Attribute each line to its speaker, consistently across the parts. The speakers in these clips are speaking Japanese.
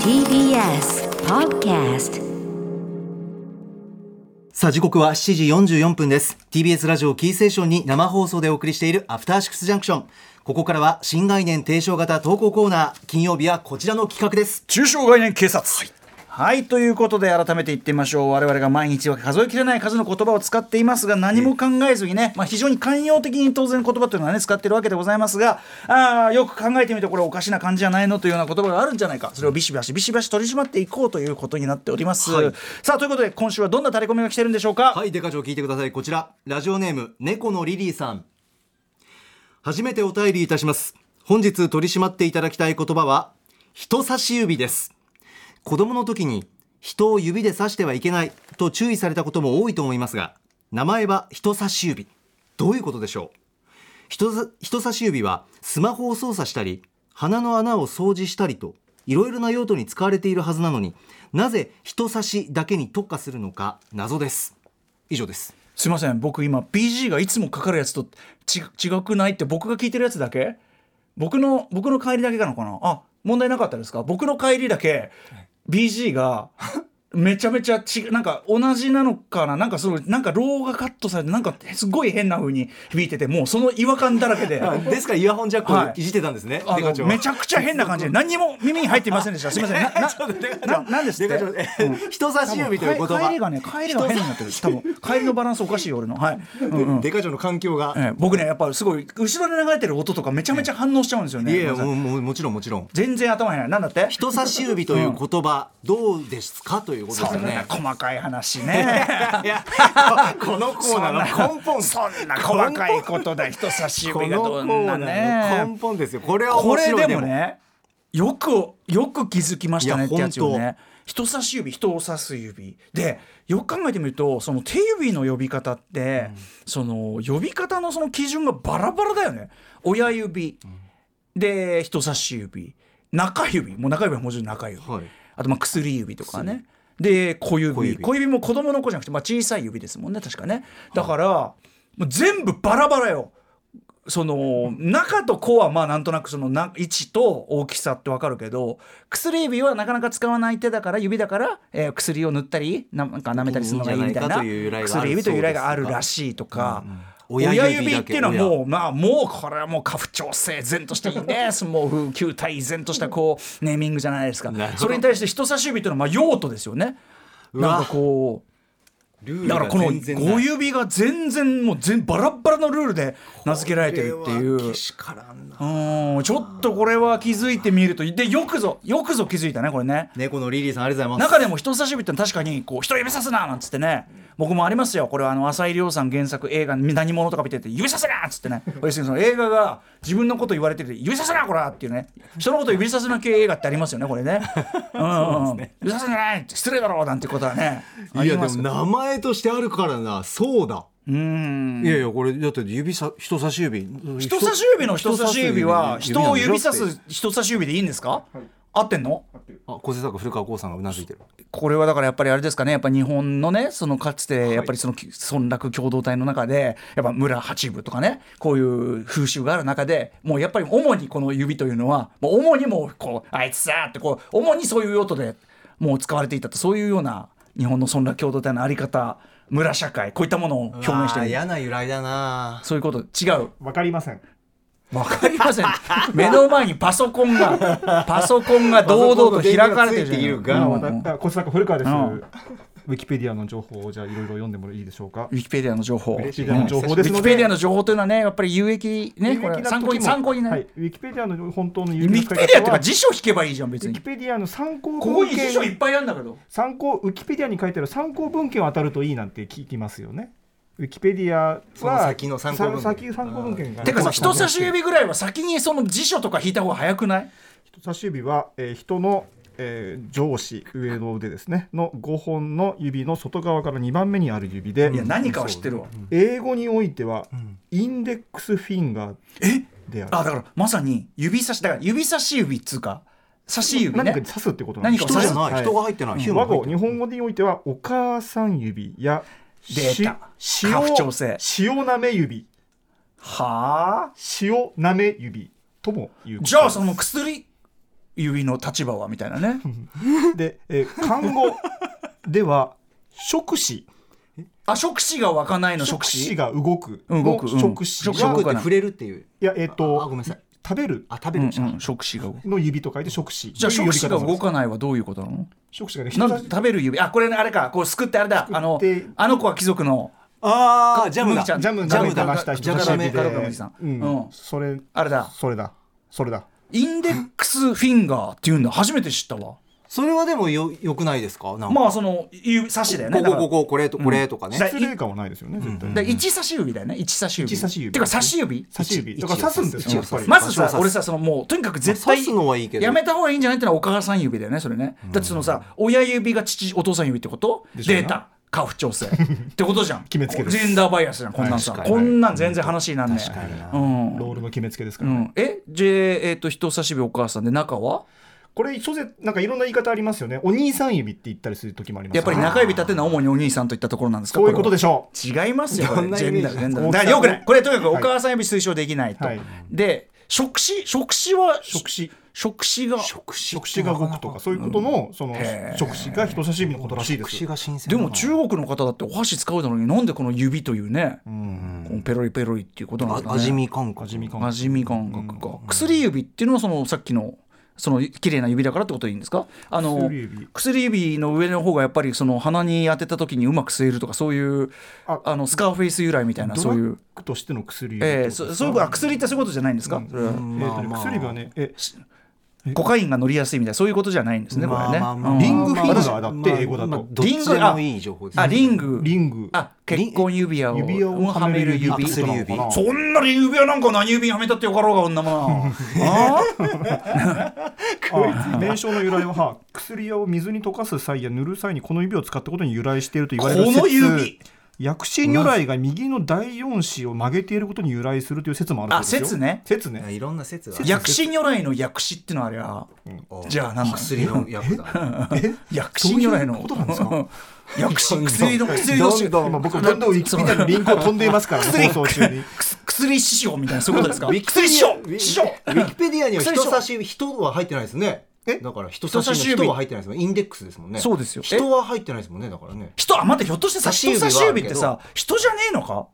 Speaker 1: TBS Podcast
Speaker 2: さあ時刻は7時44分です TBS ラジオキーステーションに生放送でお送りしているアフターシックスジャンクションここからは新概念提唱型投稿コーナー金曜日はこちらの企画です
Speaker 3: 中小概念警察はいということで改めて言ってみましょう我々が毎日は数えきれない数の言葉を使っていますが何も考えずにね、まあ、非常に寛容的に当然言葉というのはね使ってるわけでございますがあーよく考えてみてこれおかしな感じじゃないのというような言葉があるんじゃないかそれをビシバシビシバシ取り締まっていこうということになっております、
Speaker 2: はい
Speaker 3: さあということで今週はどんなタレコミが来てるんでしょうか、
Speaker 2: はいデカ長聞いてくださいこちらラジオネーム猫のリリーさん初めてお便りいたします本日取り締まっていただきたい言葉は人差し指です子供の時に人を指で指してはいけないと注意されたことも多いと思いますが名前は人差し指どういうことでしょう人ざ人差し指はスマホを操作したり鼻の穴を掃除したりといろいろな用途に使われているはずなのになぜ人差しだけに特化するのか謎です以上です
Speaker 3: すいません僕今 BG がいつもかかるやつとち違くないって僕が聞いてるやつだけ僕の僕の帰りだけなのかなあ問題なかったですか僕の帰りだけ BG が めちゃめちゃ違うなんか同じなのかななんかそのなんかローがカットされてなんかすごい変な風に響いててもうその違和感だ らけで
Speaker 2: ですからイヤホンジャック
Speaker 3: は
Speaker 2: を
Speaker 3: い
Speaker 2: いじってたんですね、
Speaker 3: あ
Speaker 2: デカ長
Speaker 3: のめちゃくちゃ変な感じで何にも耳に入っていませんでしたすいませ んなな
Speaker 2: ちょっとデカ
Speaker 3: な
Speaker 2: 長
Speaker 3: なんですって
Speaker 2: デカ長え人差し指という言
Speaker 3: 帰り
Speaker 2: 葉
Speaker 3: がね帰りが変になってる多分帰りのバランスおかしいよ俺のはい、うんうん
Speaker 2: デカ長の環境が、
Speaker 3: ええ、僕ねやっぱすごい後ろで流れてる音とかめちゃめちゃ反応しちゃうんですよね、
Speaker 2: いやいや
Speaker 3: ごめん
Speaker 2: も
Speaker 3: なさい
Speaker 2: うもうもちろんもちろん
Speaker 3: 全然頭にないなんだって
Speaker 2: 人差し指という言葉、どうですかということです
Speaker 3: そ
Speaker 2: よ
Speaker 3: んな
Speaker 2: ね。
Speaker 3: 細かい話ね
Speaker 2: いやここのコーナーの根本
Speaker 3: そんな細かいことだ人差し
Speaker 2: こ
Speaker 3: 指が
Speaker 2: のコ
Speaker 3: ど
Speaker 2: ー
Speaker 3: ん
Speaker 2: ナ
Speaker 3: な
Speaker 2: ーの根
Speaker 3: ね
Speaker 2: 本ですよ。これは
Speaker 3: こ
Speaker 2: 面
Speaker 3: れ
Speaker 2: 白い
Speaker 3: でもねよくよく気づきました
Speaker 2: い
Speaker 3: ね
Speaker 2: や
Speaker 3: ってやつよね人差し指人を指す指でよく考えてみるとその手指の呼び方って、その呼び方のその基準がバラバラだよね親指、で人差し指中指もう中指はもちろん中指、
Speaker 2: はい
Speaker 3: あとまあ薬指とかねで小指小
Speaker 2: 小
Speaker 3: 指
Speaker 2: 指
Speaker 3: も子供の子じゃなくて、まあ、小さい指ですもんね確かねだから、もう全部バラバラよその中と子はまあなんとなくそのな位置と大きさってわかるけど薬指はなかなか使わない手だから指だから、えー薬を塗ったりななんか舐めたりするのがいい
Speaker 2: いい
Speaker 3: みたい
Speaker 2: んじ
Speaker 3: な
Speaker 2: ゃないかという由来がある
Speaker 3: 薬指という由来があるらしいとか。
Speaker 2: うんうん
Speaker 3: 親
Speaker 2: 親
Speaker 3: 指
Speaker 2: 指
Speaker 3: っていうのはもうまあもうこれはもう家父長制然としていい ねもう球体依然としたこうネーミングじゃないですか
Speaker 2: なるほど
Speaker 3: それに対して人差し指っていうのはまあ用途ですよね
Speaker 2: うわ
Speaker 3: なんかこう
Speaker 2: ルール
Speaker 3: だ
Speaker 2: が
Speaker 3: からこの
Speaker 2: 全然ない
Speaker 3: 5指が全然もう全バラッバラのルールで名付けられてるっていう
Speaker 2: これはけしからんな
Speaker 3: うんちょっとこれは気づいてみるとでよくぞよくぞ気づいたねこれね
Speaker 2: 猫のリリーさんありがとうございます。
Speaker 3: 中でも人差し指ってのは確かにこう人指さすななんつってね僕もありますよこれはあの浅井亮さん原作映画何者とか見てて指さすなっつってね要するにその映画が自分のこと言われてて指さすなこらっていうね人のこと指さすな系映画ってありますよねこれねうんうん指さすな失礼だろうなんてことはねあ
Speaker 2: い
Speaker 3: り
Speaker 2: や
Speaker 3: ま
Speaker 2: ですも
Speaker 3: よ
Speaker 2: 名前としてあるからなそうだ。
Speaker 3: うん
Speaker 2: いやいやこれだって指さ人差し指
Speaker 3: 人差し指の人差し指は人を指さす人差し指でいいんですか合ってんの
Speaker 2: あ小瀬坂古川光さんがうなずいてる
Speaker 3: これはだからやっぱりあれですかねやっぱ日本のねそのかつてやっぱりそのき村落共同体の中でやっぱ村八部とかねこういう風習がある中でもうやっぱり主にこの指というのはもう主にもうこうあいつさってこう主にそういう用途でもう使われていたとそういうような日本の村落共同体のあり方村社会こういったものを表現して
Speaker 2: うわー
Speaker 3: る
Speaker 2: 嫌な由来だな
Speaker 3: そういうこと違う
Speaker 4: わかりません。
Speaker 3: わかりません。 目の前にパソコ ンが、パソコンが堂々と開かれてるじ
Speaker 2: パソコンの電源がつ
Speaker 3: ゃない
Speaker 2: いているが
Speaker 3: うん
Speaker 4: また、あ小坂古川です。
Speaker 3: うん
Speaker 4: ウィキペディアの情報をじゃあいろいろ読んでもいいでしょうか
Speaker 3: ウ。ィキペディアの情報。
Speaker 4: ウィキペディアの情報です
Speaker 3: ウィ
Speaker 4: の
Speaker 3: キペ
Speaker 4: で
Speaker 3: ディアの情報というのはね、やっぱり有益ね、
Speaker 4: 有
Speaker 3: こ
Speaker 4: 益
Speaker 3: れ
Speaker 4: な
Speaker 3: 参考に
Speaker 4: 時も
Speaker 3: 参考にな
Speaker 4: は
Speaker 3: る。
Speaker 4: い、ウィキペディアの本当の
Speaker 3: ウ
Speaker 4: 有
Speaker 3: ィ
Speaker 4: 名
Speaker 3: キペディアってか
Speaker 4: は
Speaker 3: 辞書引けばいいじゃん別
Speaker 4: ウィ
Speaker 3: に
Speaker 4: キ。ペディアの参考
Speaker 3: ここ
Speaker 4: 文
Speaker 3: に辞書いっ
Speaker 4: 献
Speaker 3: ぱいあるんだけど。
Speaker 4: 参考ウィキペディアに書いてある参考文献を当たるといいなんて聞きますよね。ウィキペディアは
Speaker 2: その先の参考文献
Speaker 4: さ先参考文献が
Speaker 3: てかさ、人差し指ぐらいは先にその辞書とか引いた方が早くない
Speaker 4: 人差し指は、えー人の、えー上司上の腕ですねの5本の指の外側から2番目にある指で
Speaker 3: いや、何かは知ってるわ。
Speaker 4: 英語においては、インデックスフィンガーである
Speaker 3: あ、だからまさに指差し、だから指差し指っつうか、差し指
Speaker 4: 何か
Speaker 3: ね
Speaker 4: に。刺すってことなん
Speaker 3: 何
Speaker 4: です
Speaker 3: か
Speaker 2: 人
Speaker 3: を
Speaker 2: じゃ
Speaker 3: 刺
Speaker 2: な
Speaker 4: はいい
Speaker 2: 人が入ってないヒューマ
Speaker 4: 和
Speaker 2: ンが入っ
Speaker 4: 語
Speaker 2: て
Speaker 4: 日
Speaker 2: ない
Speaker 4: 本語においてはお母さん指や
Speaker 3: 出
Speaker 4: した塩
Speaker 3: 家父長制
Speaker 4: 塩なめ指
Speaker 3: はあ
Speaker 4: 塩なめ指とも言うこと
Speaker 3: じゃあその薬指の立場はみたいなね
Speaker 4: で、えー漢語では触手
Speaker 3: あ触手が湧かないの触
Speaker 4: 触手
Speaker 3: 手
Speaker 4: が動くの
Speaker 3: 動くうん
Speaker 4: 触手
Speaker 3: 触
Speaker 4: が
Speaker 3: 手
Speaker 2: 食って触れるっていう
Speaker 4: いやえっ、と
Speaker 2: あごめんなさい
Speaker 4: 食べる
Speaker 2: あ食
Speaker 3: う
Speaker 2: べる、
Speaker 3: んうん触手が動く
Speaker 4: の指と書いて触手
Speaker 3: じゃあ触手が動
Speaker 4: ない
Speaker 3: かないはどういうことなの
Speaker 4: 触手がね
Speaker 3: な
Speaker 4: 人
Speaker 3: ん
Speaker 4: 差
Speaker 3: で
Speaker 4: し
Speaker 3: 食べる指あこれねあれかこうすくってあれだあの
Speaker 4: って
Speaker 3: あの子は貴族の
Speaker 2: ああジャムだ
Speaker 3: 麦ちゃん
Speaker 4: ジャム
Speaker 2: ジャ
Speaker 4: 舐め
Speaker 2: ム
Speaker 4: た
Speaker 2: だ
Speaker 4: らした人差し指
Speaker 2: ジャムだ
Speaker 3: め
Speaker 4: で
Speaker 3: たら
Speaker 4: うん
Speaker 3: うん
Speaker 4: それ
Speaker 3: あれだ
Speaker 4: それだそれだ
Speaker 3: インデックスフィンガーっていうんだ初めて知ったわ
Speaker 2: それはでもよよくないですかなんか
Speaker 3: まあその指差しだよね
Speaker 2: こ
Speaker 3: だ
Speaker 2: こ
Speaker 3: から
Speaker 2: こここれとこれとかね、
Speaker 3: だ
Speaker 4: 失礼感はないですよね絶
Speaker 3: で
Speaker 4: 対
Speaker 3: 人差し指だよね人差し指
Speaker 4: 人差し指
Speaker 3: てか差し指
Speaker 4: 差し指だから刺すんですよやっぱり
Speaker 3: まず
Speaker 2: 場所を指す
Speaker 3: さ俺さそのもうとにかく絶対
Speaker 2: まあ刺すのはいいけど
Speaker 3: やめた方がいいんじゃないってのはお母さん指だよねそれねだってそのさ親指が父お父さん指ってこと
Speaker 4: でしょうな
Speaker 3: データカフ調整ってことじゃん
Speaker 4: 決めつけです
Speaker 3: ジェンダーバイアスじゃんこんなんさ
Speaker 2: はい確
Speaker 3: こ
Speaker 2: かに
Speaker 3: んなん全然話になんね
Speaker 2: 確かにな
Speaker 3: うん
Speaker 4: ロールの決めつけですか
Speaker 3: う
Speaker 4: らね
Speaker 3: んえじゃあえっと人差し指お母さんで中は
Speaker 4: これ諸説なんかいろんな言い方ありますよねお兄さん指って言ったりする時もあります
Speaker 3: やっぱり中指立てるのは主にお兄さんといったところなんですか
Speaker 4: そういうことで
Speaker 3: し
Speaker 4: しょ
Speaker 3: 違いますよこ
Speaker 2: ど
Speaker 3: れ
Speaker 2: んな
Speaker 3: ジェンダー
Speaker 2: イメージ
Speaker 3: ジェンダ
Speaker 4: 大
Speaker 3: ー
Speaker 4: き
Speaker 3: だか
Speaker 4: さ
Speaker 3: らよくないこれとにかくお
Speaker 4: はい
Speaker 3: 母さん指推奨できないと、
Speaker 4: はい
Speaker 3: で触手触手は
Speaker 4: う触手
Speaker 3: 触手が
Speaker 2: 触手
Speaker 4: 触手が動くとかそういうことのその
Speaker 3: へー
Speaker 4: 触手が人差し指のことらしいで
Speaker 2: 触
Speaker 4: す
Speaker 2: 手が新鮮
Speaker 3: で
Speaker 2: だな
Speaker 3: も中国の方だってお箸使うだろうになんでこの指というね、このペロリペロリっていうことなんです
Speaker 2: あ
Speaker 3: かね
Speaker 2: 味見感覚
Speaker 4: 味見感
Speaker 3: 味見感覚か、薬指っていうのはそのさっきのその綺麗な指だからってことでいいんですかあの
Speaker 4: 薬指
Speaker 3: 薬指の上の方がやっぱりその鼻に当てた時にうまく吸えるとかそういうあ
Speaker 4: あ
Speaker 3: のスカーフェイス由来みたいな
Speaker 4: ド
Speaker 3: そう
Speaker 4: ラ
Speaker 3: い
Speaker 4: ッ
Speaker 3: う
Speaker 4: グ。としての薬指
Speaker 3: ええ
Speaker 4: ってこと
Speaker 3: そ
Speaker 4: です
Speaker 3: そういうことあ薬ってそういうことじゃないんですか、それは
Speaker 4: えーとね薬指はねえ
Speaker 3: コカインが乗りやすいみたいなそういうことじゃないんですね、これね、うん
Speaker 4: リングフィンガーだって英語だと
Speaker 2: どっちでもいい情報ですね
Speaker 3: あリング
Speaker 4: リング
Speaker 3: あ結婚指輪を
Speaker 4: 指輪をはめる指
Speaker 3: はめる
Speaker 2: あ薬指
Speaker 4: そう
Speaker 3: そんなに指輪なんか何指にはめたってよかろうが女も なあー
Speaker 4: あ名称の由来はは薬を水に溶かす際や塗る際にこの指を使ったことに由来していると言われる説
Speaker 3: この指
Speaker 4: 薬師如来が右の第四子を曲げていることに由来するという説もあるそうですよ
Speaker 3: あ説ね
Speaker 4: 説
Speaker 2: いや
Speaker 4: ね
Speaker 2: いろんな説がある
Speaker 3: 薬師如来の薬師ってのはあれはじゃあなんだ
Speaker 2: 薬の薬だ
Speaker 3: 薬師如来の
Speaker 4: どういうことなんで すか
Speaker 3: 薬師薬の薬の
Speaker 2: どんどん
Speaker 4: 今僕どんどんウィキペディアのリンクを飛んでいますからね放送中に
Speaker 3: 薬師匠みたいなそういうことです か 薬師
Speaker 2: ウ
Speaker 3: 匠
Speaker 2: ィ
Speaker 3: 師匠
Speaker 2: ウィキペディアには人差し指人は入ってないですねえだから人差し指の人は入ってないですもんねインデックスですもんね
Speaker 3: そうですよえ
Speaker 2: 人は入ってないですもんねだからね
Speaker 3: 人あ待ってひょっとしてさ
Speaker 2: 差し指
Speaker 3: 人
Speaker 2: は
Speaker 3: 差し指ってさ人じゃねえのか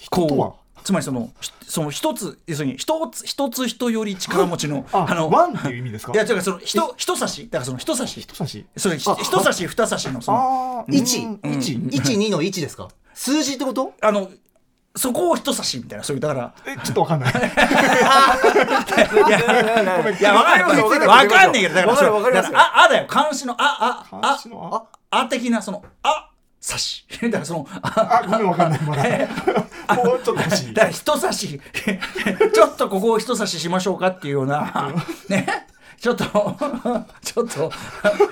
Speaker 4: 人とは
Speaker 3: こうつまりそのひその一つ要するに一つ一つ人より力持ちの
Speaker 4: あ
Speaker 3: の
Speaker 4: ワンっていう意味ですか
Speaker 3: いや違うその人人差しだからその人差し
Speaker 4: 人差し
Speaker 3: それひ人差し二差しのその
Speaker 4: あー
Speaker 2: 1
Speaker 4: うん
Speaker 2: 一一二の一ですか数字ってこと
Speaker 3: あのそこを人差しみたいなそういうだから
Speaker 4: えちょっとわかんない
Speaker 3: いや、いや、わかんない、わかんないけど、だから、そうだからあ、あだよ、監視の、あ、あ、
Speaker 4: あ
Speaker 3: あ
Speaker 4: し、のあ
Speaker 3: あ的な、その、あ、差し。 だから、その、あ、
Speaker 4: あごめんわかんないまだもうちょっと欲しい
Speaker 3: だから、人差し。 ちょっと、ここを人差ししましょうかっていうような。ね。ちょっと、 ちょっ と、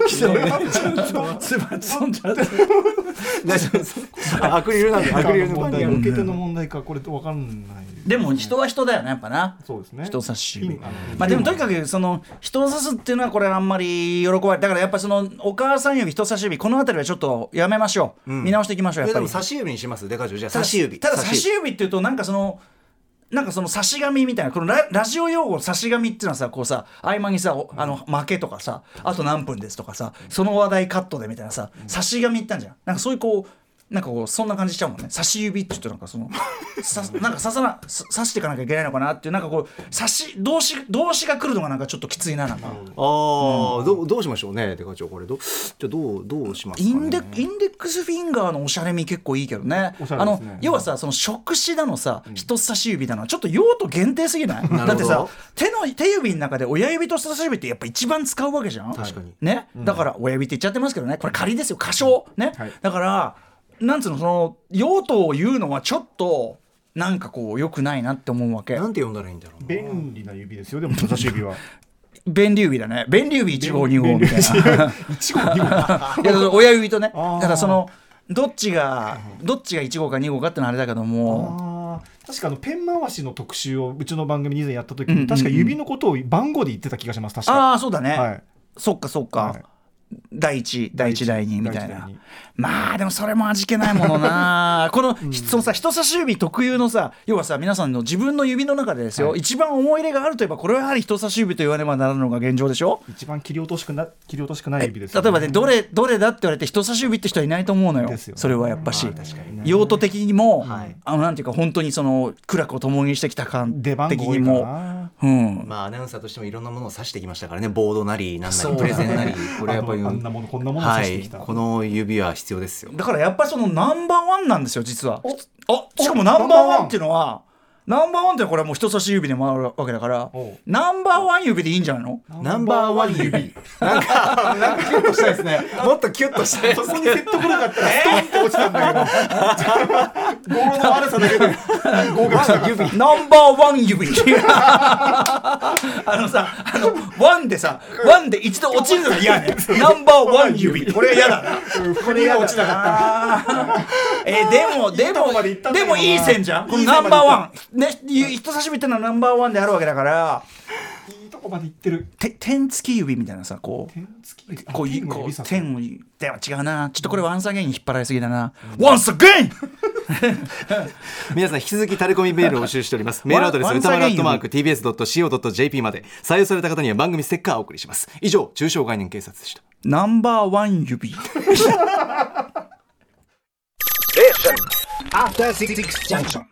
Speaker 3: 人ね、 ちょっと、つばつんじゃって。
Speaker 2: 大丈夫ですアクリルなんでアクリルの
Speaker 4: 問
Speaker 2: 問題
Speaker 4: 題受け手の問題かこれわかんない
Speaker 3: でも、人は人だよね、やっぱな。
Speaker 4: そうですね
Speaker 3: 人差し
Speaker 4: ピ
Speaker 3: 指
Speaker 4: ンあの
Speaker 3: まあでもとにかくその人を指すっていうのはこれあんまり喜ばれだからやっぱそのお母さん指人差し指この辺りはちょっとやめましょう、見直していきましょうやっ
Speaker 2: え
Speaker 3: ぱ
Speaker 2: でも
Speaker 3: り
Speaker 2: 差し指にしますデカジョじゃあ差し指
Speaker 3: ただ差し指っていうとなんかそのなんかその差し紙みたいなこのララジオ用語の差し紙っていうのはさこうさ合間にさおあの負けとかさあと何分ですとかさその話題カットでみたいなさ差し紙ってあるじゃんなんかそういうこうなんかこうそんな感じしちゃうもんね差し指って言ってなんかそのさ なんか刺さなさ刺していかなきゃいけないのかなっていうなんかこう差し動詞動詞が来るのがなんかちょっときついななんか
Speaker 2: ああ、どうどうしましょうね、デカ長これどうじゃあどうどうしますか、ね。
Speaker 3: インデインデックスフィンガーのおしゃれみ結構いいけどね
Speaker 4: おしゃ
Speaker 3: あ
Speaker 4: れです
Speaker 3: の
Speaker 4: ね
Speaker 3: 要はさその食指だのさ、人差し指だのちょっと用途限定すぎないだってさ手の手指の中で親指と人差し指ってやっぱ一番使うわけじゃん
Speaker 2: 確かに
Speaker 3: ね、だから親指って言っちゃってますけどねこれ仮ですよ仮称ね、
Speaker 4: はい
Speaker 3: だからなんつうのその用途を言うのはちょっとなんかこう良くないなって思うわけ
Speaker 2: なんて呼んだらいいんだろうな。
Speaker 4: 便利な指ですよでも人差し 指は
Speaker 3: 便利指だね便利指1号2号みたいな。
Speaker 4: 一号
Speaker 3: い
Speaker 4: 二号
Speaker 3: やだから親指とね
Speaker 4: あー
Speaker 3: だからそのどっちがどっちが1号か2号かってのはあれだけども
Speaker 4: あー確かあのペン回しの特集をうちの番組に以前やった時に確か指のことを番号で言ってた気がします確か
Speaker 3: ああそうだね、
Speaker 4: はい
Speaker 3: そっかそっか、
Speaker 4: はい
Speaker 3: 第一第一第二みたい
Speaker 4: 第一
Speaker 3: な
Speaker 4: 第二
Speaker 3: まあでもそれも味気ないもの なこのそのさ人差し指特有のさ要はさ皆さんの自分の指の中でですよ、一番思い入れがあるといえばこれはやはり人差し指と言わねばならぬのが現状でしょ
Speaker 4: 一番切り落としくな切り落としくない
Speaker 3: え
Speaker 4: 指
Speaker 3: 例
Speaker 4: です、
Speaker 3: えばねどれどれだって言われて人差し指って人はいないと思うのよ
Speaker 4: ですよね
Speaker 3: それはやっぱし、
Speaker 4: まあ確かにね
Speaker 3: 用途的にも、
Speaker 2: はい
Speaker 3: あのなんていうか本当にその苦楽を共にしてきた感
Speaker 4: 出番
Speaker 3: 的
Speaker 4: が
Speaker 3: に
Speaker 4: 多いか
Speaker 3: も
Speaker 4: な
Speaker 3: うん、
Speaker 2: まあ、アナウンサーとしてもいろんなものを指してきましたからね、ボードなり、なんな
Speaker 3: そう
Speaker 2: り、
Speaker 3: だ
Speaker 2: プレ
Speaker 3: ね
Speaker 2: ゼンなり、 これやっぱり、
Speaker 4: あのあんなものこんなものを
Speaker 2: は
Speaker 4: 指して
Speaker 2: い、
Speaker 4: きた
Speaker 2: この指は必要ですよ。
Speaker 3: だからやっぱりそのナンバーワンなんですよ実はあしかも
Speaker 4: お
Speaker 3: ナンバーワンっていうのはナンバーワンってこれはもう人差し指で回るわけだから
Speaker 4: おう
Speaker 3: ナンバーワン指でいいんじゃないの
Speaker 2: ナンバーワン指。なんか、なんかキュッとしたいですね。 もっとキュッとしたいで
Speaker 4: そ
Speaker 2: す
Speaker 4: こに説得なかったらストンと落ちたんだけど語呂の悪さだけで合格した指
Speaker 3: ナンバーワン指あのさあのワンでさワンで一度落ちるのが嫌ねナンバーワン指これは嫌だ な
Speaker 4: これが落ちなかった
Speaker 3: あーえーでもで
Speaker 4: いいとこまで行った
Speaker 3: も
Speaker 4: ん
Speaker 3: で
Speaker 4: だけど
Speaker 3: も
Speaker 4: ない
Speaker 3: い線じゃんこのナンバーワンねゆ人差し指ってのはナンバーワンであるわけだから
Speaker 4: いいとこまでいってる
Speaker 3: て天付き指みたいなさこう
Speaker 4: 天付き指あ
Speaker 3: こうい
Speaker 4: 天の
Speaker 3: こ
Speaker 4: 指
Speaker 3: う
Speaker 4: さす
Speaker 3: 天をでは違うなちょっとこれワンサゲインに引っ張られすぎだな、ワンサゲイン
Speaker 2: 皆さん引き続き垂れ込みメールを募集しております。メールアドレス
Speaker 3: ワン
Speaker 2: 歌丸ア
Speaker 3: ワン
Speaker 2: ットマーク tbs.co.jp まで採用された方には番組ステッカーをお送りします。以上、中小概念警察でした。
Speaker 3: ナンバーワ ン指
Speaker 5: After Six Junction.